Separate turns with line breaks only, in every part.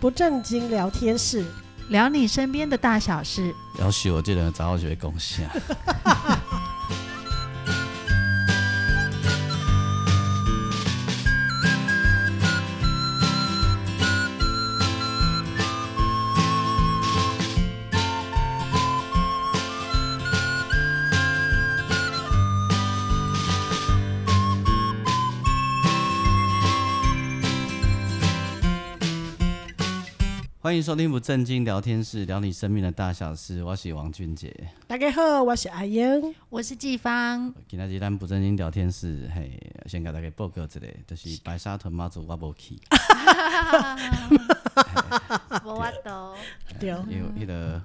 不正经聊天室，
聊你身边的大小事。
要许我这人早我就会贡献。欢迎收听不正经聊天室，聊你生命的大小事。我是王俊杰，
大家好，我是阿英。
我是季 芳，
今天日咱不正经聊天室，嘿，先给大家报告一下，就是白沙屯妈祖我无去，
我我都
对
因为迄个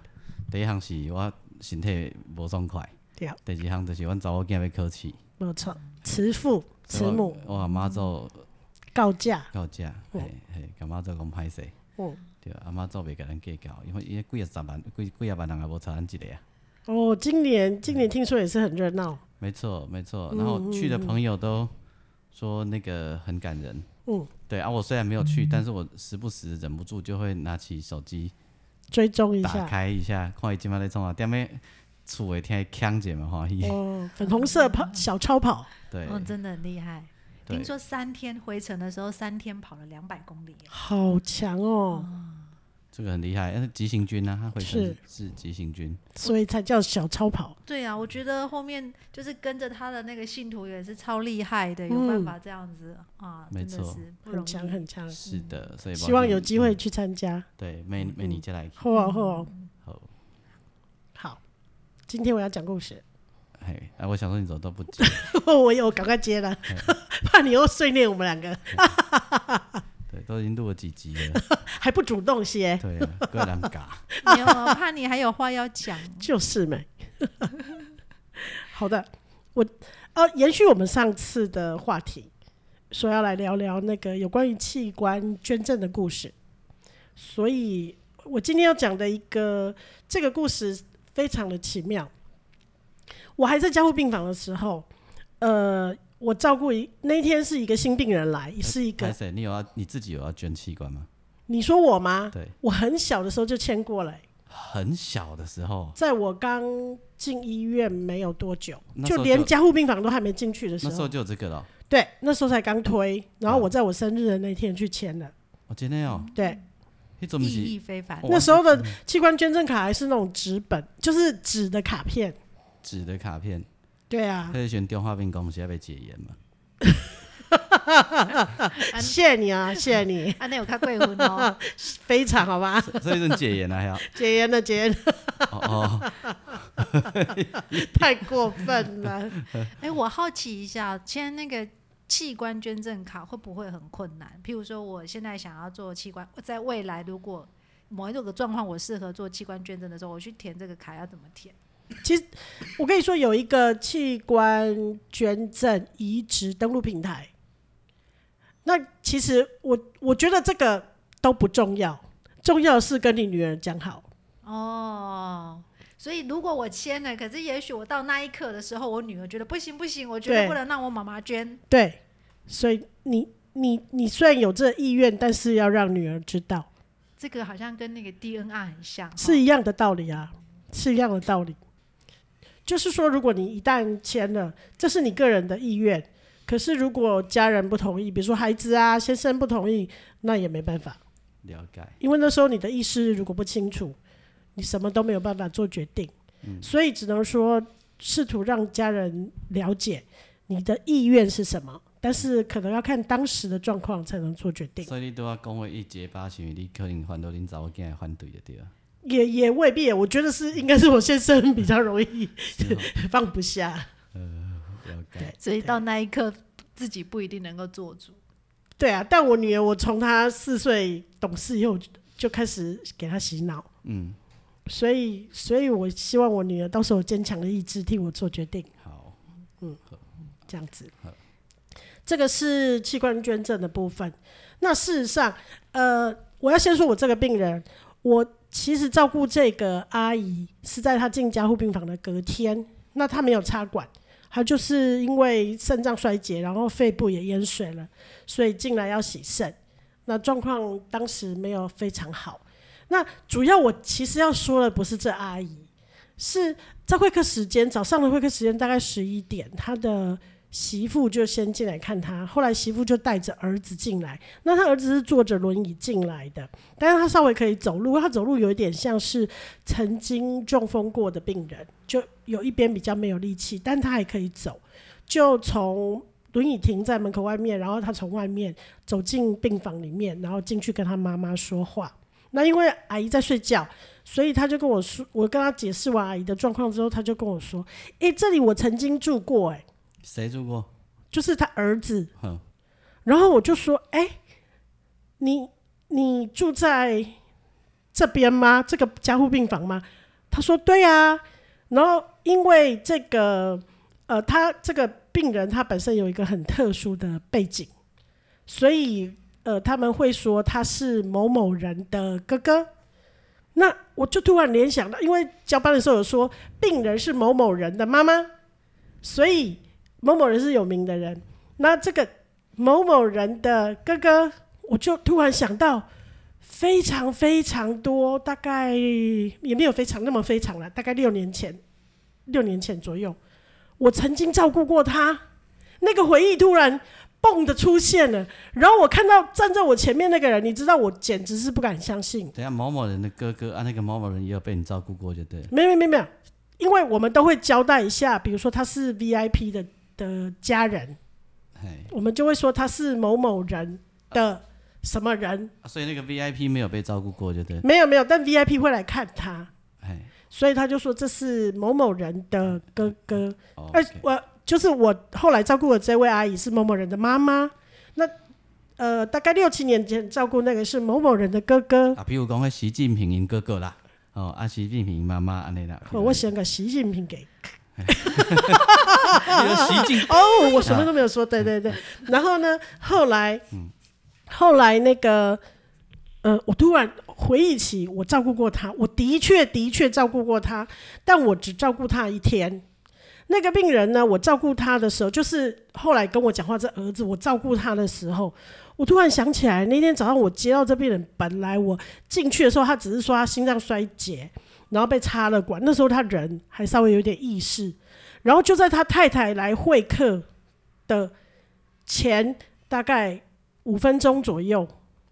第一项是我身体无爽快，
对，
第二项就是阮查某囝要考试，
没错，慈父慈
所以
母嗯
我我阿妈做
告假，
告假，嘿嘿，甲妈做讲歹势，
嗯，
对，阿妈做袂甲咱计较，因为伊几啊十万，几几啊万人也无差咱一个啊。
哦，今年今年听说也是很热闹，
没错，没错。
嗯
然后去的朋友都说那个很感人。
嗯，
对啊，我虽然没有去，但是我时不时忍不住就会拿起手机
追踪一
打
下。
开一下，看伊今麦在创啥。踮咧厝诶，听伊腔者嘛欢喜。
哦，粉红色跑小超跑，
对
哦，真的很厉害。
对
听，说三天回程的时候，三天跑了两百公里耶，
好强哦，
这个很厉害。但是急行军啊，他回程
是
是是急行军。
所以才叫小超跑。
对啊，我觉得后面就是跟着他的那个信徒也是超厉害的，有办法这样子啊，
没
真的
错
是不容
很
易。
强很强，
是的，所以
嗯希望
不好
有
意思
机会嗯去参加。
嗯对，妹妹你再来。
好哦好哦，
好，
好，今天我要讲故事，
嘿，啊，我想说你怎么都不接。
我有赶快接了， 怕你又碎念我们两个，
对，都已经录了几集了。
还不主动些，
对啊，怪难嘎。
没有，啊我怕你还有话要 讲。
就是没。 好的，我呃，延续我们上次的话题，说要来聊聊那个有关于器官捐赠的故事，所以我今天要讲的一个这个故事非常的奇妙。我还在加护病房的时候，呃，我照顾一那天是一个新病人来，是 一
拍
个
谁？你有要你自己有要捐器官吗？
你说我吗？
对，
我很小的时候就迁过来，
很小的时候，
在我刚进医院没有多久，
那时
就
候
连
就
加护病房都还没进去的时
那时候
候，
就有这个了。
对，那时候才刚推，然后
嗯
我在我生日的那天去签的，
我今天哦，
对，
迄阵不
意
是
义非凡
哦，
那时候的器官捐赠卡还是那种纸本，就是纸的卡片，
纸的卡片，
对啊，
黑选电话病公司要被解 严嘛？
啊
谢谢你啊，谢谢你，
啊，那有看贵婚哦，
非常好 吧，
所所以阵解严啊，还 要
解严了，解严了，
哦哦，
太过分了，
哎，我好奇一下，签那个器官捐赠卡会不会很困难？譬如说，我现在想要做器官，在未来如果某一种状况我适合做器官捐赠的时候，我去填这个卡要怎么填？
我跟你说，有一个器官捐赠移植登录平台。那其实我我觉得这个都不重要，重要的是跟你女儿讲好。
哦，所以如果我签了，可是也许我到那一刻的时候，我女儿觉得不行不行，我绝对
对
不能让我妈妈捐。
对，所以你你你虽然有这意愿，但是要让女儿知道，
这个好像跟那个 DNR 很像，
是
哦
一样的道理啊，是一样的道理。就是说，如果你一旦签了，这是你个人的意愿，可是如果家人不同意，比如说孩子啊、先生不同意，那也没办法，
了解。
因为那时候你的意识如果不清楚，你什么都没有办法做决定，
嗯
所以只能说试图让家人了解你的意愿是什么，但是可能要看当时的状况才能做决定。
所以你对我讲话一结巴，是因为你可能反到恁查某囝会反对就对了。
也也未必，我觉得是应该是我先生比较容易
是哦
放不下。
了解。
所以到那一刻自己不一定能够做主。
对啊，但我女儿，我从她四岁懂事以后就就开始给她洗脑，
嗯，
所以所以我希望我女儿到时候有坚强的意志替我做决定，
好，
这样子
好。
这个是器官捐赠的部分。那事实上，呃，我要先说我这个病人，我其实照顾这个阿姨是在她进加护病房的隔天，那她没有插管。他就是因为肾脏衰竭，然后肺部也淹水了，所以进来要洗肾。那状况当时没有非常好。那主要我其实要说的不是这阿姨，是在会客时间，早上的会客时间大概十一点，她的媳妇就先进来看她，后来媳妇就带着儿子进来，那他儿子是坐着轮椅进来的，但是他稍微可以走路，他走路有一点像是曾经中风过的病人，就有一边比较没有力气，但他还可以走，就从轮椅停在门口外面，然后他从外面走进病房里面，然后进去跟他妈妈说话。那因为阿姨在睡觉，所以他就跟我说，我跟他解释完阿姨的状况之后，他就跟我说：“诶、这里我曾经住过、诶，
谁住过？
就是他儿子。”
哼，
然后我就说：“哎、你你住在这边吗？这个加护病房吗？”他说：“对呀、然后因为这个呃，他这个病人他本身有一个很特殊的背景，所以呃，他们会说他是某某人的哥哥。那我就突然联想到，因为交班的时候有说病人是某某人的妈妈，所以某某人是有名的人。那这个某某人的哥哥，我就突然想到非常非常多，大概也没有非常那么非常了，大概六年前，六年前左右，我曾经照顾过他，那个回忆突然。蹦的出现了，然后我看到站在我前面那个人，你知道我简直是不敢相信。
等一下某某人的哥哥啊，那个某某人也有被你照顾过，就对了。
没有没有没有，因为我们都会交代一下，比如说他是 VIP 的的家人，
嘿、
我们就会说他是某某人的什么人，
啊所以那个 VIP 没有被照顾过，就对了。
没有没有，但 VIP 会来看他，
嘿，
所以他就说这是某某人的哥哥。
哦
而
OK
我就是我后来照顾的这位阿姨是某某人的妈妈。那呃，大概六七年前照顾那个是某某人的哥哥，
啊，比如讲，迄习近平因哥哥啦，哦，啊，习近平妈妈安尼啦。
哦我选个习近平给。
你说习近，
哦，我什么都没有说，对对对。然后呢，后来，后来那个，呃，我突然回忆起我照顾过他，我的确的确照顾过他，但我只照顾他一天。那个病人呢，我照顾他的时候，就是后来跟我讲话这儿子，我照顾他的时候，我突然想起来，那天早上我接到这病人，本来我进去的时候，他只是说他心脏衰竭，然后被插了管，那时候他人还稍微有点意识，然后就在他太太来会客的前大概五分钟左右，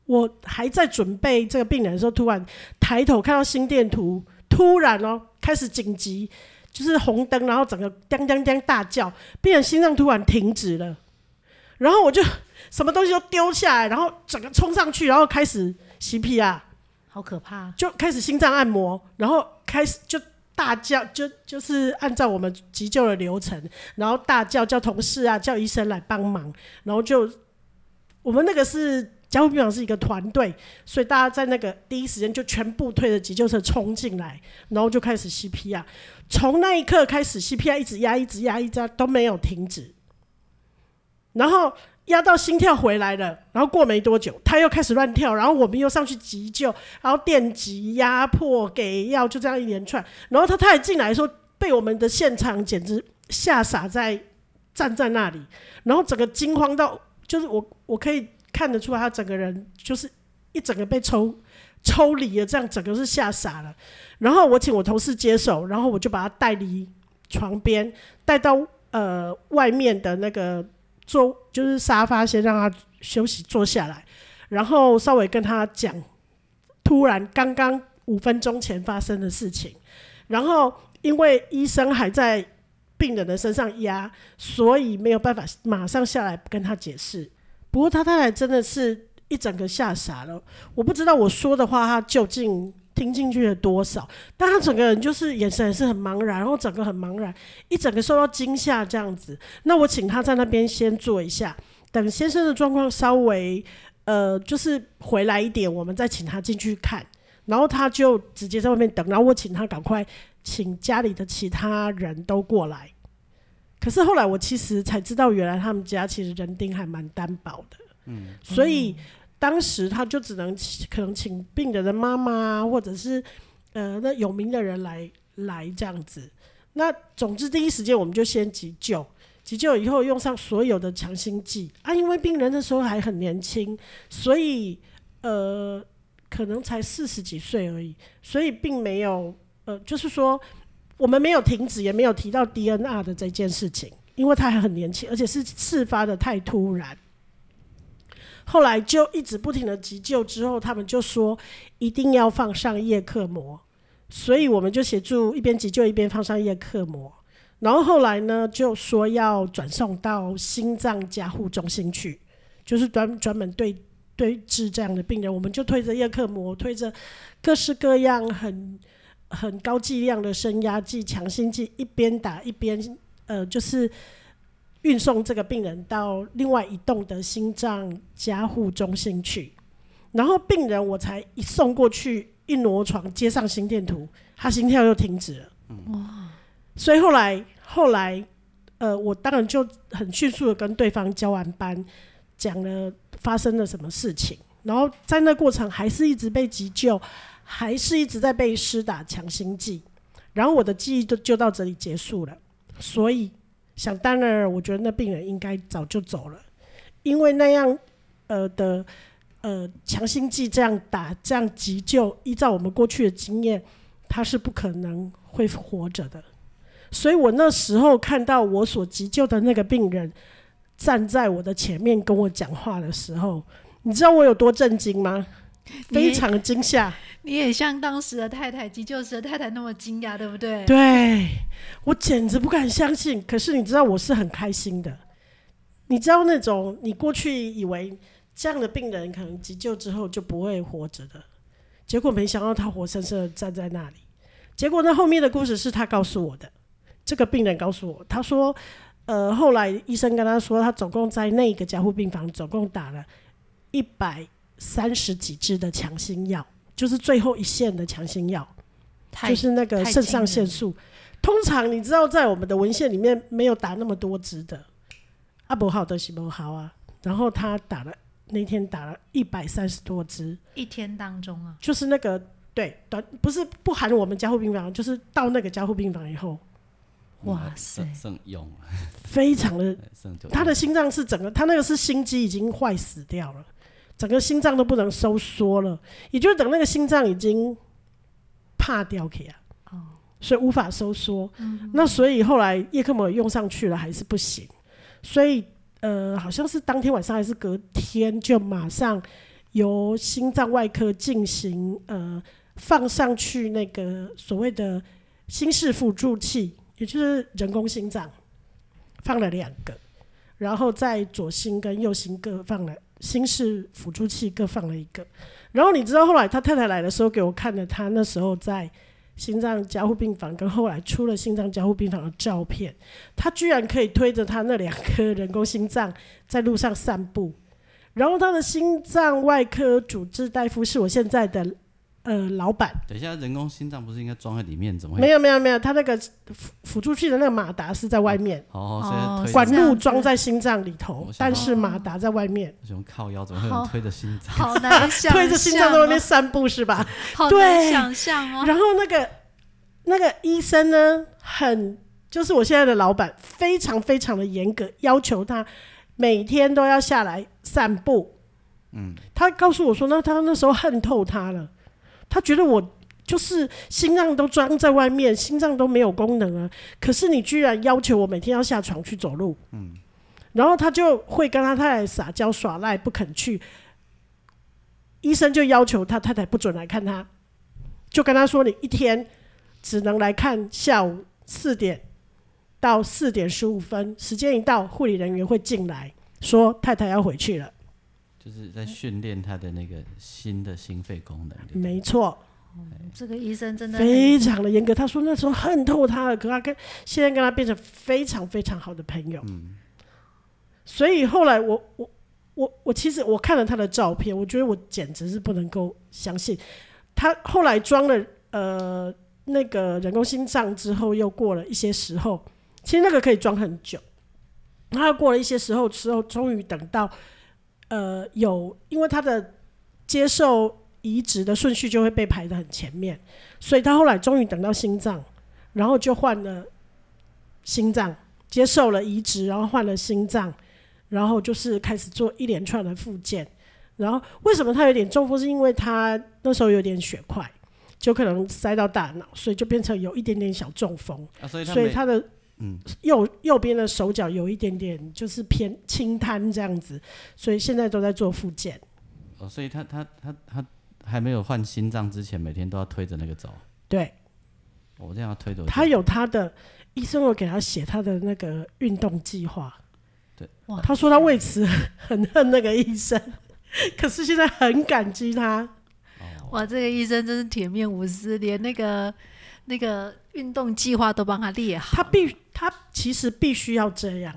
我还在准备这个病人的时候，突然抬头看到心电图，突然哦开始紧急，就是红灯，然后整个当当当大叫，病人心脏突然停止了，然后我就什么东西都丢下来，然后整个冲上去，然后开始啊 CPR。
好可怕！啊
就开始心脏按摩，然后开始就大叫，就就是按照我们急救的流程，然后大叫叫同事啊，叫医生来帮忙，然后就我们那个是加护病房是一个团队，所以大家在那个第一时间就全部推着急救车冲进来，然后就开始 CPR，从那一刻开始 CPR 一直压，一直压，一直压都没有停止，然后。压到心跳回来了，然后过没多久，他又开始乱跳，然后我们又上去急救，然后电击、压迫、给药，就这样一连串。然后他太太进来的时候，被我们的现场简直吓傻在站在那里，然后整个惊慌到，就是我我可以看得出来，他整个人就是一整个被抽抽离了，这样整个是吓傻了。然后我请我同事接手，然后我就把他带离床边，带到呃外面的那个坐就是沙发，先让他休息坐下来，然后稍微跟他讲。突然刚刚五分钟前发生的事情，然后因为医生还在病人的身上压，所以没有办法马上下来跟他解释。不过他太太真的是一整个吓傻了，我不知道我说的话他究竟听进去了多少，但他整个人就是眼神也是很茫然，然后整个很茫然，一整个受到惊吓这样子。那我请他在那边先坐一下，等先生的状况稍微呃，就是回来一点，我们再请他进去看。然后他就直接在外面等，然后我请他赶快请家里的其他人都过来。可是后来我其实才知道，原来他们家其实人丁还蛮单薄的。嗯，所以当时他就只能请可能请病人的妈妈，或者是呃那有名的人来来这样子。那总之第一时间我们就先急救，急救以后用上所有的强心剂啊，因为病人那时候还很年轻，所以呃，可能才四十几岁而已，所以并没有呃，就是说我们没有停止，也没有提到 DNR 的这件事情，因为他还很年轻，而且是事发的太突然。后来就一直不停的急救，之后他们就说一定要放上叶克膜，所以我们就协助一边急救一边放上叶克膜。然后后来呢，就说要转送到心脏加护中心去，就是专专门对对治这样的病人。我们就推着叶克膜，推着各式各样很很高剂量的升压剂、强心剂，一边打一边呃，就是运送这个病人到另外一栋的心脏加护中心去。然后病人我才一送过去，一挪床接上心电图，他心跳又停止了。所以后来后来，呃，我当然就很迅速的跟对方交完班，讲了发生了什么事情，然后在那过程还是一直被急救，还是一直在被施打强心剂，然后我的记忆就就到这里结束了。所以想当然尔，我觉得那病人应该早就走了，因为那样呃的呃强心剂这样打这样急救，依照我们过去的经验，他是不可能会活着的。所以我那时候看到我所急救的那个病人站在我的前面跟我讲话的时候，你知道我有多震惊吗？非常惊吓。
你也像当时的太太急救时的太太那么惊讶，对不对？
对我简直不敢相信。可是你知道我是很开心的，你知道那种你过去以为这样的病人可能急救之后就不会活着的，结果没想到他活生生的站在那里。结果那后面的故事是他告诉我的，这个病人告诉我，他说，呃，后来医生跟他说，他总共在那个加护病房总共打了一百三十几支的强心药，就是最后一线的强心药。
太
就是那个
太
肾
惊
上腺
人
素。通常你知道，在我们的文献里面没有打那么多支的，啊不好的是不好啊。然后他打了那天打了一百三十多支，
一天当中啊，
就是那个对短不是不含我们加护病房，就是到那个加护病房以后，
哇塞
算算用哎啊，
非常的
算就
他的心脏是整个，他那个是心肌已经坏死掉了，整个心脏都不能收缩了，也就是等那个心脏已经怕掉去啊，所以无法收缩。那所以后来叶克膜用上去了还是不行，所以呃，好像是当天晚上还是隔天就马上由心脏外科进行呃放上去那个所谓的心室辅助器，也就是人工心脏，放了两个。然后在左心跟右心各放了心室辅助器各放了一个。然后你知道后来他太太来的时候给我看了他那时候在心脏加护病房跟后来出了心脏加护病房的照片，他居然可以推着他那两颗人工心脏在路上散步。然后他的心脏外科主治大夫是我现在的呃老板，
等一下，人工心脏不是应该装在里面？怎么
没
会？
有没有没有，他那个辅辅助器的那个马达是在外面，
好
哦
好，现在推
管
着
这样
路
子
装在心脏里头
我，想
但
到
是马达在外面。
这种靠腰，怎么会有人推着心脏？
好难想象、哦，
推着心脏在外面散步是吧？
好
对
难想象哦。
然后那个那个医生呢，很就是我现在的老板，非常非常的严格，要求他每天都要下来散步。嗯，他告诉我说，那他那时候恨透他了，他觉得我。就是心脏都装在外面，心脏都没有功能了。可是你居然要求我每天要下床去走路，嗯，然后他就会跟他太太撒娇耍赖，不肯去。医生就要求他太太不准来看他，就跟他说你一天只能来看下午四点到四点十五分，时间一到，护理人员会进来说太太要回去了。
就是在训练他的那个新的心肺功能。对不对
没错，
这个医生真的很
非常的严格。他说那时候恨透他了，可他跟现在跟他变成非常非常好的朋友。所以后来我我我我其实我看了他的照片，我觉得我简直是不能够相信。他后来装了呃那个人工心脏之后，又过了一些时候，其实那个可以装很久。然后过了一些时候之后，终于等到呃有，因为他的接受移植的顺序就会被排得很前面，所以他后来终于等到心脏，然后就换了心脏接受了移植，然后换了心脏，然后就是开始做一连串的复健。然后为什么他有点中风？是因为他那时候有点血块，就可能塞到大脑，所以就变成有一点点小中风，
啊，所以他
所以
每
他的
嗯
右右边的手脚有一点点就是偏轻瘫这样子，所以现在都在做复健。
哦，所以他他他他还没有换心脏之前，每天都要推着那个走。
对
我、这样要推多久？
他有他的医生有给他写他的那个运动计划，
哇
他说他为此很恨那个医生， 可是现在很感激他。
哇，这个医生真是铁面无私，连那个那个运动计划都帮他列好。
他必他其实必须要这样，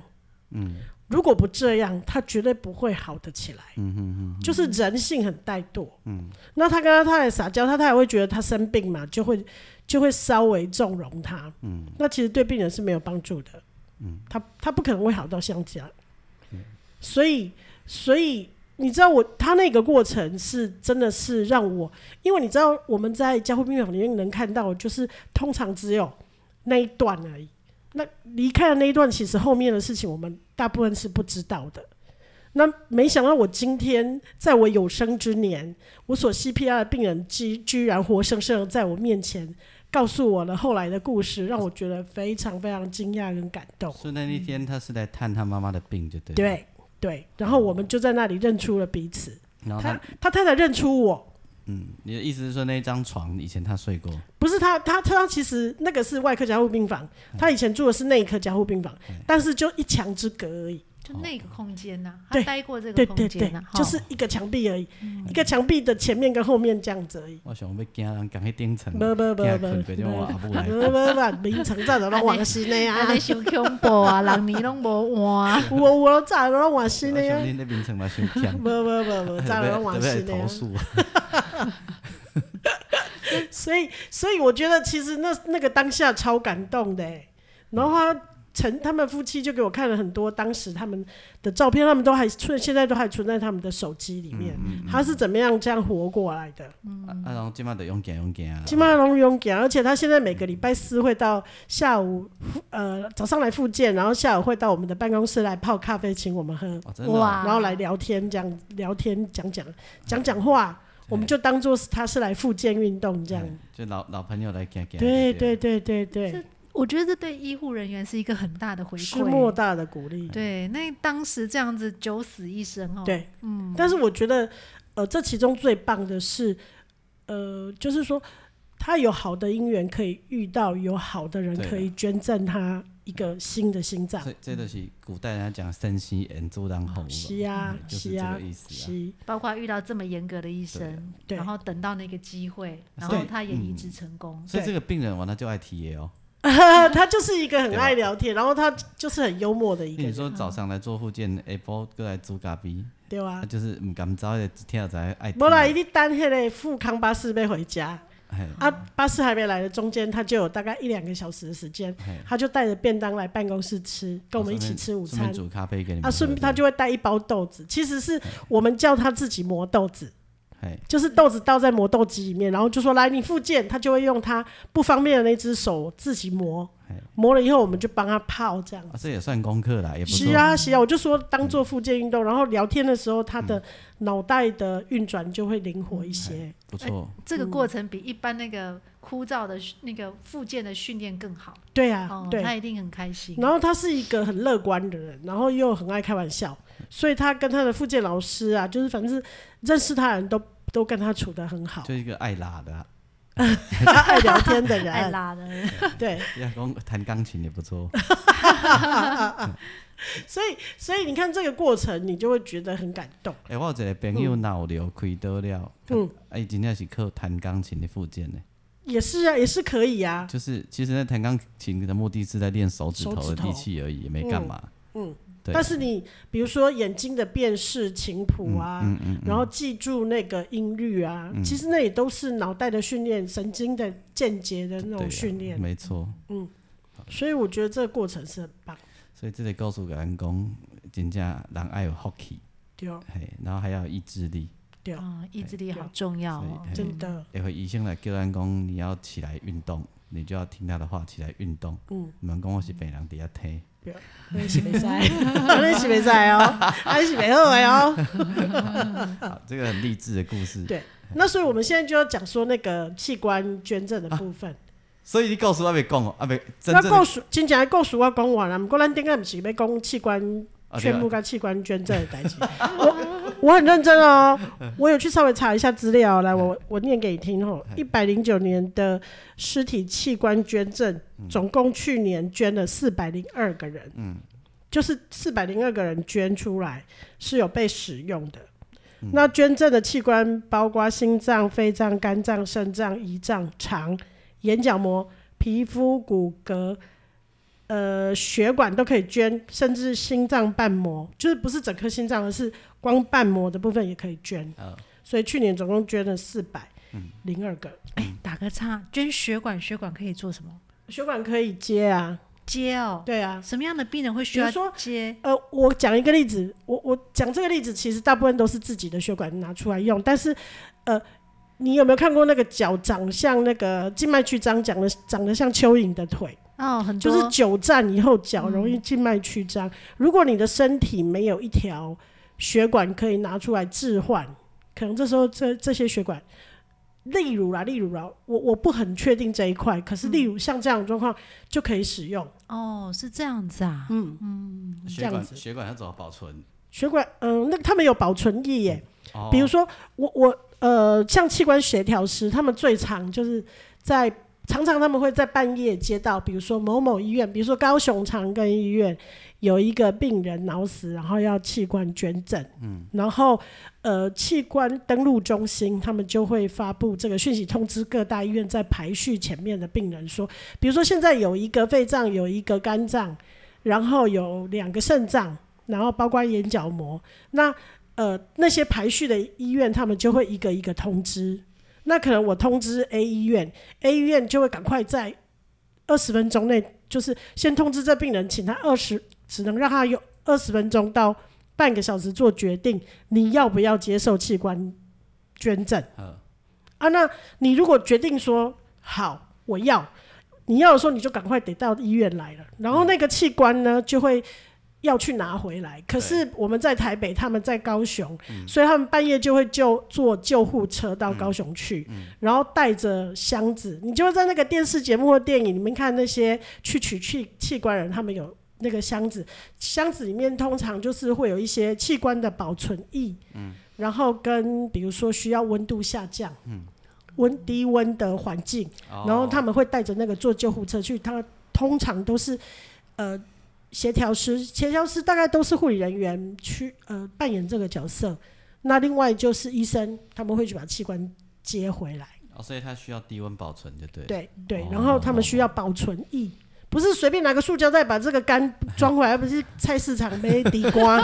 嗯，如果不这样，他绝对不会好得起来。嗯嗯嗯，就是人性很怠惰。嗯，那他跟他太太撒娇，他太太会觉得他生病嘛，就会就会稍微纵容他。嗯，那其实对病人是没有帮助的。嗯，他他不可能会好到像这样。所以所以你知道我他那个过程是真的是让我，因为你知道我们在加护病房里面能看到，就是通常只有那一段而已。那离开的那一段，其实后面的事情我们大部分是不知道的。那没想到我今天在我有生之年，我所 CPR 的病人居居然活生生的在我面前告诉我了后来的故事，让我觉得非常非常惊讶跟感动。
所以那一天他是来探他妈妈的病，就对。。
对对，然后我们就在那里认出了彼此。
然后
他
他，
他太太认出我，
嗯，你的意思是说那一张床以前他睡过？
不是他，他他其实那个是外科加护病房，
嗯
他以前住的是内科加护病房，但是就一墙之隔而已。
就那个空间呐、他
对
待过这
对
个
对对
空间呐、啊哈嗯
就是一个墙壁而已，一个墙壁的前面跟后面这样子而已。
我想要惊人讲去顶层，
不不不
惊困
不
过，就我阿母来
不。不不，明城站着都换新的
啊，
啊
你，想恐怖 啊，人你拢无换，啊
我我站着都换新
我
的
想
啊，
你那眠床嘛，伤强
不。不不不，站着都换
对
新的
哎投
啊。
诉，
所以，所以我觉得其实那那个当下超感动的欸。然后他陈他们夫妻就给我看了很多当时他们的照片，他们都还存，现在都还存在他们的手机里面。他是怎么样这样活过来的？
啊，啊然后今麦就用行用行啊。
金马龙勇敢，而且他现在每个礼拜四会到下午，呃，早上来复健，然后下午会到我们的办公室来泡咖啡，请我们喝，
哦，真的哦。
哇
然后来聊天，这样聊天讲讲讲讲话，我们就当做是他是来复健运动这样
嘿。就老老朋友来行行。
对
就
对对对对。
我觉得这对医护人员是一个很大的回
是莫
馈。
大的鼓励。
对，那当时这样子九死一生哦，
对，嗯。但是我觉得，呃，这其中最棒的是，呃，就是说他有好的姻缘可以遇到，有好的人
对的
可以捐赠他一个新的心脏。
这这就是古代人家讲生息眼珠当后，
是啊，
嗯就是
是
这
啊
个意，思啊。
是。
包括遇到这么严格的医生，
对嗯
然后等到那个机会，然
所以
后他也移植成功，
所以这个病人完了就爱提耶哦。
他就是一个很
对吧
爱聊天，然后他就是很幽默的一个
你
人，
说早上来做复健，下晡过来煮咖啡，
对吧
啊，？就是唔敢走的，听下仔爱提。
莫来一定单黑的富康巴士被回家
嘿，
哦
啊，巴士还没来的中间，他就有大概一两个小时的时间
嘿，啊
他就带着便当来办公室吃，跟我们一起吃午
哦顺
餐
便。煮咖啡给你们喝。
啊，顺便他
就
就会带一包豆子，其实是我们叫他自己磨豆子，
嘿，
就是豆子倒在磨豆机里面，然后就说来你复健，他就会用他不方便的那只手自己磨
嘿，
磨了以后我们就帮他泡这样。
啊，这也算功课啦，也不
是
错。嗯
啊，是啊，我就说当做复健运动，然后聊天的时候，他的脑袋的运转就会灵活一些。
不错，
这个
嗯
过程比一般那个枯燥的训那个复健的训练更好。
对啊，，
哦
对。
他一定很开心。
然后他是一个很乐观的人，然后又很爱开玩笑，所以他跟他的复健老师啊，就是反正是认识他的人都都跟他处的很好。
就一个爱拉的啊，
爱聊天的
爱
人，
拉的，
哎对，
要讲弹钢琴也不错。
所以所以你看这个过程，你就会觉得很感动。
诶，我有一个朋友脑瘤开刀了，
嗯
嗯，哎，真正是靠弹钢琴的附件呢。
也是啊，也是可以啊，
就是其实那弹钢琴的目的是在练手指
手
头
指
的
头
力气而已，也没干嘛。
嗯
对。啊
但是你比如说眼睛的辨识、琴谱啊，
嗯
然后记住那个音律啊，其实那也都是脑袋的训练、神经的间接的那
对
种
啊
训练，
没错。
所以我觉得这个过程是很棒。
所以这个告诉给人讲，真正人爱有福气，
对哦
嘿，然后还要有意志力。
对哦，
嗯，意志
对
力
哎
好重要哦。
所以
真 的，
也会医生来叫咱讲，你要起来运动，你就要听他的话起来运动。
嗯，
唔能讲我是病人伫遐听，
对，那是袂使，那是袂使哦，那是袂好的 哦。
好这个很励志的故事。
对那所以我们现在就要讲说那个器官捐赠的部分。
所以你告诉我别讲哦，啊别真
那
正
故事啊真正的故事我讲完了，不过咱顶下不是要讲器官
啊对
全
啊
部跟器官捐赠的代 志。我我很认真哦，我有去稍微查一下资料，
嗯
来我我念给你听哦。一百零九年的尸体器官捐赠，
嗯
总共去年捐了四百零二个人，嗯，就是四百零二个人捐出来是有被使用的。
嗯
那捐赠的器官包括心脏、肺脏、肝脏、肾脏、胰脏、肠、眼角膜、皮肤、骨骼、呃血管都可以捐，甚至心脏瓣膜，就是不是整颗心脏，而是光瓣膜的部分也可以捐。所以去年总共捐了四百零二个，
哎，打个岔，捐血管，血管可以做什么？
血管可以接啊，
接哦，
对啊。
什么样的病人会需
比如
要
说
接？
呃，我讲一个例子，我我讲这个例子，其实大部分都是自己的血管拿出来用，但是呃，你有没有看过那个脚长像那个静脉曲张，长得长得像蚯蚓的腿？
哦，很多嗯
就是久站以后脚容易静脉曲张。如果你的身体没有一条血管可以拿出来置换，可能这时候这这些血管，例如啦，例如啦，我我不很确定这一块，可
嗯
是例如像这样的状况就可以使用。
哦，是这样子啊。
这
血
样
管
子
血管要怎么保存？
血管，嗯、那他们有保存液耶，
哦
比如说我我呃，像器官协调师，他们最常就是在常常他们会在半夜接到，比如说某某医院，比如说高雄长庚医院有一个病人脑死，然后要器官捐赠，嗯，然后呃器官登录中心他们就会发布这个讯息通知各大医院，在排序前面的病人说，比如说现在有一个肺脏，有一个肝脏，然后有两个肾脏，然后包括眼角膜，那呃那些排序的医院，他们就会一个一个通知。那可能我通知 A 医院，A 医院就会赶快在二十分钟内，就是先通知这病人，请他二十，只能让他有二十分钟到半个小时做决定，你要不要接受器官捐赠
嗯？
啊，那你如果决定说好，我要，你要的时候你就赶快得到医院来了，然后那个器官呢就会要去拿回来。可是我们在台北，他们在高雄，所以他们半夜就会救坐救护车到高雄去，然后带着箱子。你就会在那个电视节目或电影里面看那些去取器器官人，他们有那个箱子，箱子里面通常就是会有一些器官的保存液，然后跟比如说需要温度下降，温低温的环境。
哦
然后他们会带着那个坐救护车去，他通常都是呃协调师，协调师大概都是护理人员去呃扮演这个角色。那另外就是医生，他们会去把器官接回来，
哦，所以它需要低温保存，就对。，
对对
哦，
然后他们需要保存液。不是随便拿个塑胶袋把这个肝装回来，不是菜市场买地 瓜，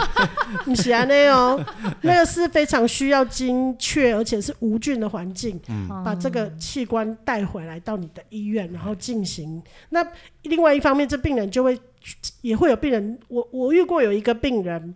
不是安内哦，那个是非常需要精确而且是无菌的环境。
嗯
把这个器官带回来到你的医院，然后进行。那另外一方面，这病人就会也会有病人，我我遇过有一个病人，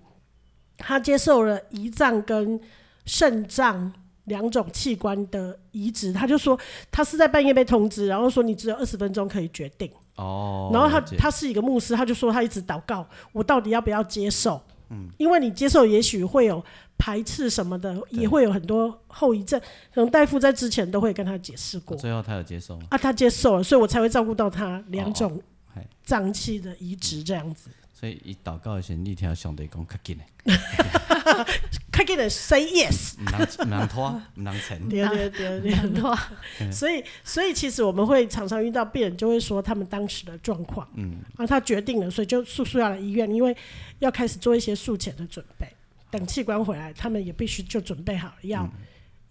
他接受了胰脏跟肾脏两种器官的移植，他就说他是在半夜被通知，然后说你只有二十分钟可以决定。
哦，
然后他
了解
他是一个牧师，他就说他一直祷告，我到底要不要接受？嗯，因为你接受，也许会有排斥什么的，
对
也会有很多后遗症。可能大夫在之前都会跟他解释过
哦最后他有接受吗？
啊，他接受了，所以我才会照顾到他两种
哦嘿
脏器的移植这样子。
所以伊祷告的时候，你听上帝讲较 紧的，
快给人 say yes，
毋通毋通拖，毋通沉。
对对对对。
很多
所以，所以其实我们会常常遇到病人就会说他们当时的状况，嗯，啊，他决定了，所以就速速要来医院，因为要开始做一些术前的准备，等器官回来，他们也必须就准备好了要、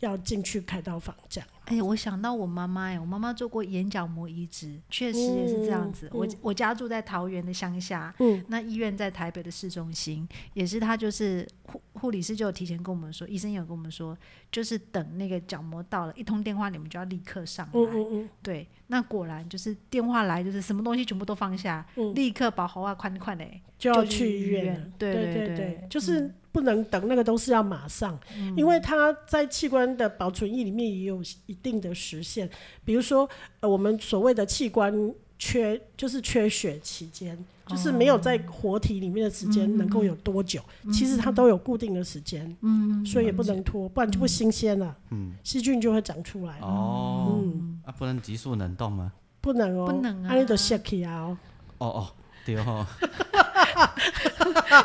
要进去开刀房这样。
哎、我想到我妈妈哎，我妈妈做过眼角膜移植，确实也是这样子。我我家住在桃园的乡下，
嗯，
那医院在台北的市中心，也是她就是护护理师就有提前跟我们说，医生有跟我们说，就是等那个角膜到了，一通电话你们就要立刻上来。
嗯嗯嗯，
对，那果然就是电话来，就是什么东西全部都放下，
嗯
立刻把喉啊宽宽嘞，
就
就
要去医院了。
对
对
对嗯
对，就是不能等，那个都是要马上，因为它在器官的保存液里面也有一定的时限，比如说呃，我们所谓的器官缺就是缺血期间，就是没有在
哦
活体里面的时
嗯
间能够有多久，其实它都有固定的时间，嗯，所以也不能拖，不然就不新鲜了，嗯，细菌就会长出来，嗯
哦，啊，不能急速冷冻吗？
不能哦，
不能啊
那就泄气啊哦，
哦哦，对 哦，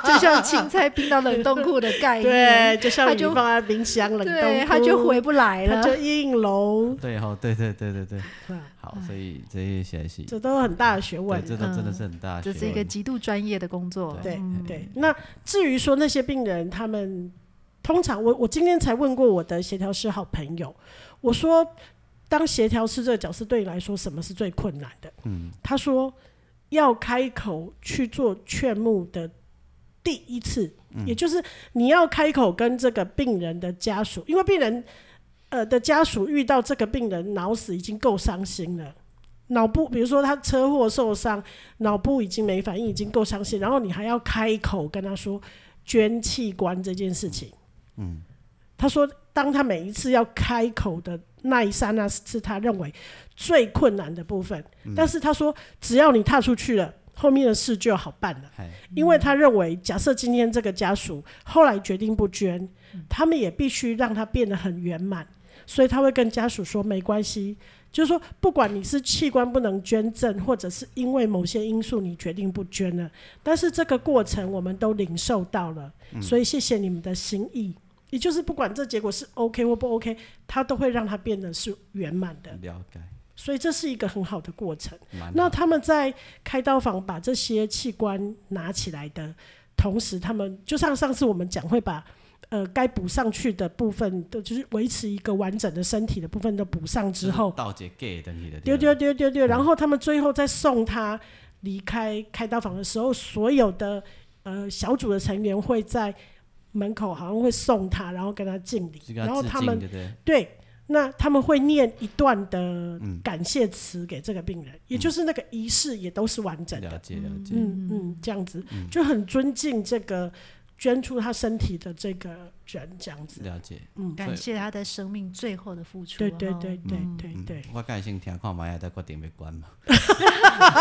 就像青菜冰到冷冻库的概
对，
念，
就像
哎它
你
就
放在冰箱冷冻
对，
库
它就回不来
它
了。
就硬 楼，
对哦，对对对对对，
啊
好，所以这些是，
这都很大的学问嗯
对，。这都真的是很大的学
这
问，
是一个极度专业的工作，嗯
对对，那至于说那些病人，他们通常我我今天才问过我的协调师好朋友，我说当协调师这个角色对你来说，什么是最困难的？嗯，他说要开口去做劝募的第一次，
嗯
也就是你要开口跟这个病人的家属，因为病人呃的家属遇到这个病人脑死已经够伤心了。脑部，比如说他车祸受伤，脑部已经没反应，已经够伤心，然后你还要开口跟他说捐器官这件事情。嗯，他说，当他每一次要开口的那一刹那，是他认为最困难的部分。但是他说，只要你踏出去了，后面的事就好办了。
嗨，
因为他认为，假设今天这个家属后来决定不捐，他们也必须让他变得很圆满，所以他会跟家属说没关系，就是说不管你是器官不能捐赠，或者是因为某些因素你决定不捐了，但是这个过程我们都领受到了，所以谢谢你们的心意。也就是不管这结果是 OK 或不 OK，他都会让它变得是圆满的，
了解，
所以这是一个很好的过程。
蛮
那
好，
他们在开刀房把这些器官拿起来的同时，他们就像上次我们讲，会把呃该补上去的部分的，就是维持一个完整的身体的部分都补上之后，
到结 gay 等你的
丢丢丢丢丢，然后他们最后再送他离开开刀房的时候，所有的呃小组的成员会在门口好像会送他，然后跟他敬礼
这，个
然后
致
他
敬
们
对不对？
对，那他们会念一段的
嗯
感谢词给这个病人，也就是那个仪式也都是完整
了
的，
解了解，
嗯嗯，这样子就很尊敬这个捐出他身体的这个人，这样子，
了解，
感谢他在生命最后的付出。
对对
哦
对对对对，
嗯我改先听看嘛，再决定要关嘛。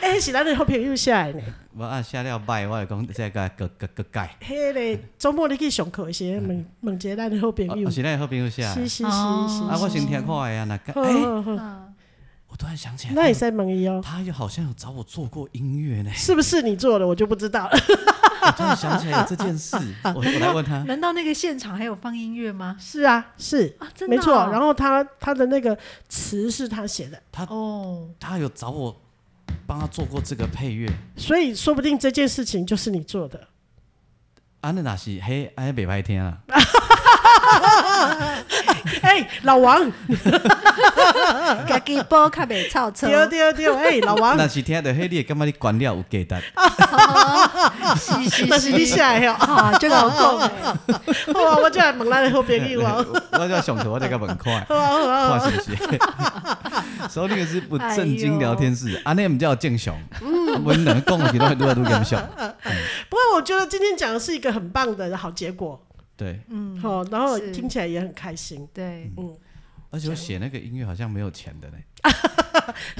哎，喜兰的后朋友下来呢，
我啊写了歹，我会讲再个个个个改。
嘿嘞，周末你去上课些，问问一下咱的好朋
哦
友，
嗯哦
是
是咱好朋友写的。
是是
哦
啊，
是，
我先听看的啊，那个
好
哎，
好好，
我突然想起
那
来
也，在问伊哦，。
他有好像有找我做过音乐呢
是不是你做的，我就不知道了，
我突然想起来有这件事，我我来问他。
难道那个现场还有放音乐吗？
是啊，是。
啊，真的
没
哦、
错，然后他他的那个词是他写的，
哦，
他有找我帮他做过这个配乐，
所以说不定这件事情就是你做 的。
啊，那哪是嘿，哎，袂歹听啊。
哎、老王，
家己播较袂臭臭，
丢丢丢， 哎、老王，
那是听到嘿，你会感觉你关了有价值。
是
那 是你
是
写
是，
的哦。
啊，这个我 讲
好啊，我就来问咱的好朋友啊。
我就上课，我再甲 问看，
好啊好啊，好啊
看是不是？ 所以那个是不正经聊天 室，啊安尼毋叫正常。
嗯
阮两个讲的是都愈来愈严重。
不过我觉得今天讲的是一个很棒的好结果，
对，
嗯，
好、然后
是
听起来也很开心，
对，
而且我写那个音乐好像没有钱的呢。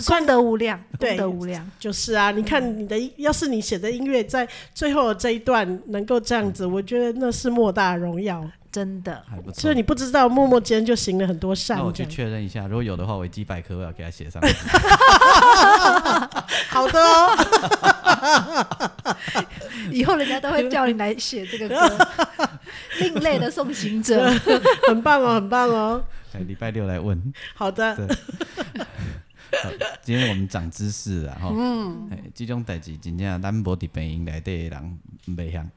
功德无量，
对
功德无量，
就是啊，你看你的，要是你写的音乐在最后这一段能够这样子，我觉得那是莫大的荣耀。
真的。
还嗯不
所
错
以。你不知道，默默间就行了很多善
那我
这
去
样。
确认一下，如果有的话，维基百科我要给 他写上去。
好的哦。
以后人家都会叫你来写这个歌， 另类的送行 者。
很棒哦，很棒哦。
哎礼拜六来问。
好的，
好今天我们长知识了哈。嗯。哎，这种代志真正咱无伫病院内底的人袂晓。
嗯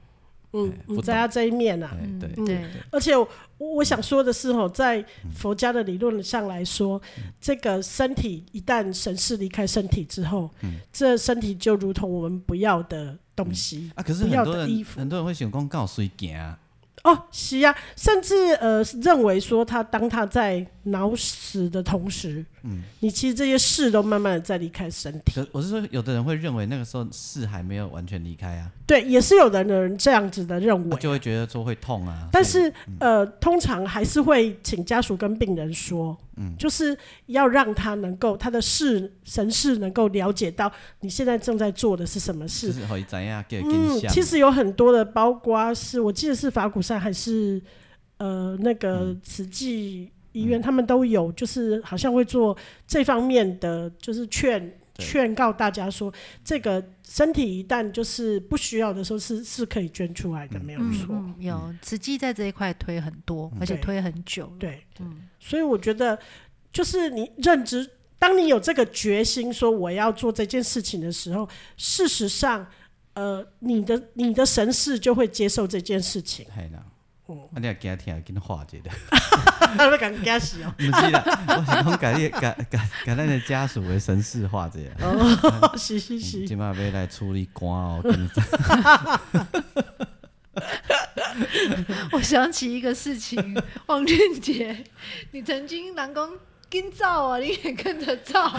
哎，不
你
懂
在他这一面啊。
哎，对。
对，
而且我我想说的是，吼，在佛家的理论上来说，
嗯
这个身体一旦神识离开身体之后，
嗯
这身体就如同我们不要的东西
啊，可是
不要
很多
的衣
人
服
很多人会想讲告谁行啊？
哦，是啊，甚至呃认为说他当他在脑死的同时，
嗯
你其实这些事都慢慢的在离开身体。
可我是说，有的人会认为那个时候是还没有完全离开啊，
对，也是有的人这样子的认
他
为，
就会觉得说会痛啊。
啊但
所以
是呃，通常还是会请家属跟病人说，
嗯
就是要让他能够他的事神事能够了解到你现在正在做的是什么事
就。是哦会怎样给
嗯
跟，
其
下。
实有很多的，包括是我记得是法鼓山还是呃那个
嗯
慈济医院，他们都有，就是好像会做这方面的，就是劝
对
劝告大家说，这个身体一旦就是不需要的时候是是可以捐出来的，没有
嗯
错。
嗯，有慈济在这一块推很多，而且
对
推很久。
对，
嗯
所以我觉得就是你认知，当你有这个决心说我要做这件事情的时候，事实上，呃，你的你的神识就会接受这件事 情。
系啦，
嗯
啊，你也惊听，跟化解的，
他会感觉他洗哦，
不是啦，我想讲改你改改改咱的家属为神事化解。
哦，是是是，
今嘛要来处理肝哦，跟你
我想起一个事情，王俊杰，你曾经南宫跟照啊，你也跟着照，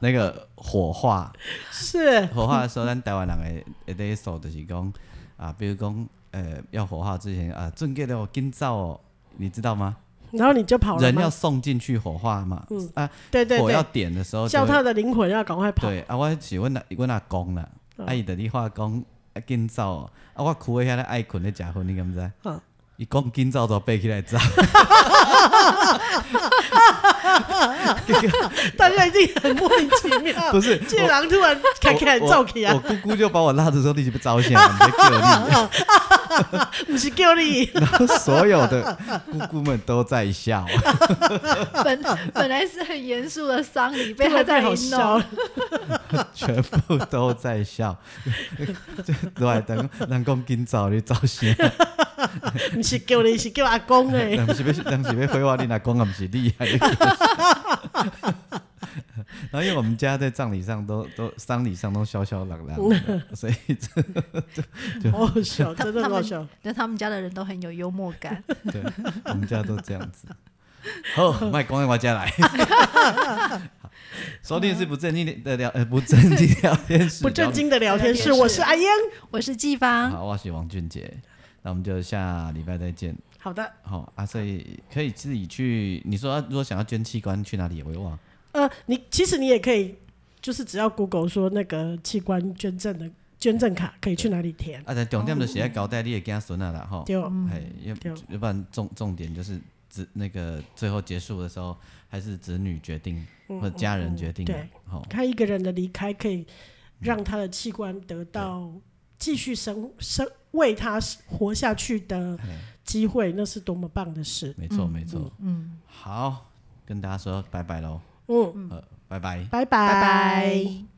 那个 火化，
是
火化的时候，咱台湾人的的手就是讲啊，比如讲呃，要火化之前啊，准备了紧走哦，你知道吗？
然后你就跑了
人
吗
要？送进去火化嘛，
嗯
啊，
对对
火要
对，
点的时候就
叫
会
他的灵魂要赶快跑。
对啊，我是阮阿阮阿公啦，
嗯
啊伊伫你话讲啊紧走哦，啊我跍喺遐咧爱困咧食薰，你敢知
嗯？
伊讲紧走就爬起来走，
大家一定很莫名其妙，
不是
这狼突然看看
我
照起
我
啊，
姑姑就把我拉着说你是不是招先，你在叫你，
不是叫你，
然后所有的姑姑们都在笑，
本本来是很严肃的丧礼，被
这
他
个 太
在里
好笑
弄。
了。
全部都在笑，就对，等人讲紧走你走先，
不是叫你，是叫阿公 哎。
人不是要人是要废话，你阿公啊不是 厉害。然后因为我们家在葬礼上都都丧礼上都笑笑朗朗的，所以这
好好笑，真的
他
好
们
笑。
但他们家的人都很有幽默 感。
对我们家都这样子。好，卖光我家来。好收听的是不正经的聊，呃，不正经聊天室，
不正。经的啊聊天室，
聊天室
我是阿英。
我是季芳，
好，我是王俊杰，那我们就下礼拜再见。
好的，
好、啊，所以可以自己去。你说啊如果想要捐器官，去哪里也会忘。
呃，你其实你也可以，就是只要 Google 说那个器官捐赠的捐赠卡可以去哪里填，
啊，但重点就是要交代你的子孙啊啦，吼。
就
哎，要
嗯对
要不然重重点就是子那个最后结束的时候，还是子女决定
嗯
或者家人决定嘛
对，
好、
看一个人的离开可以让他的器官得到继续生生为他活下去的
哎
机会，那是多么棒的事。
没错没错，嗯，好，跟大家说拜拜喽，
嗯，
呃，拜拜。
拜拜
拜拜。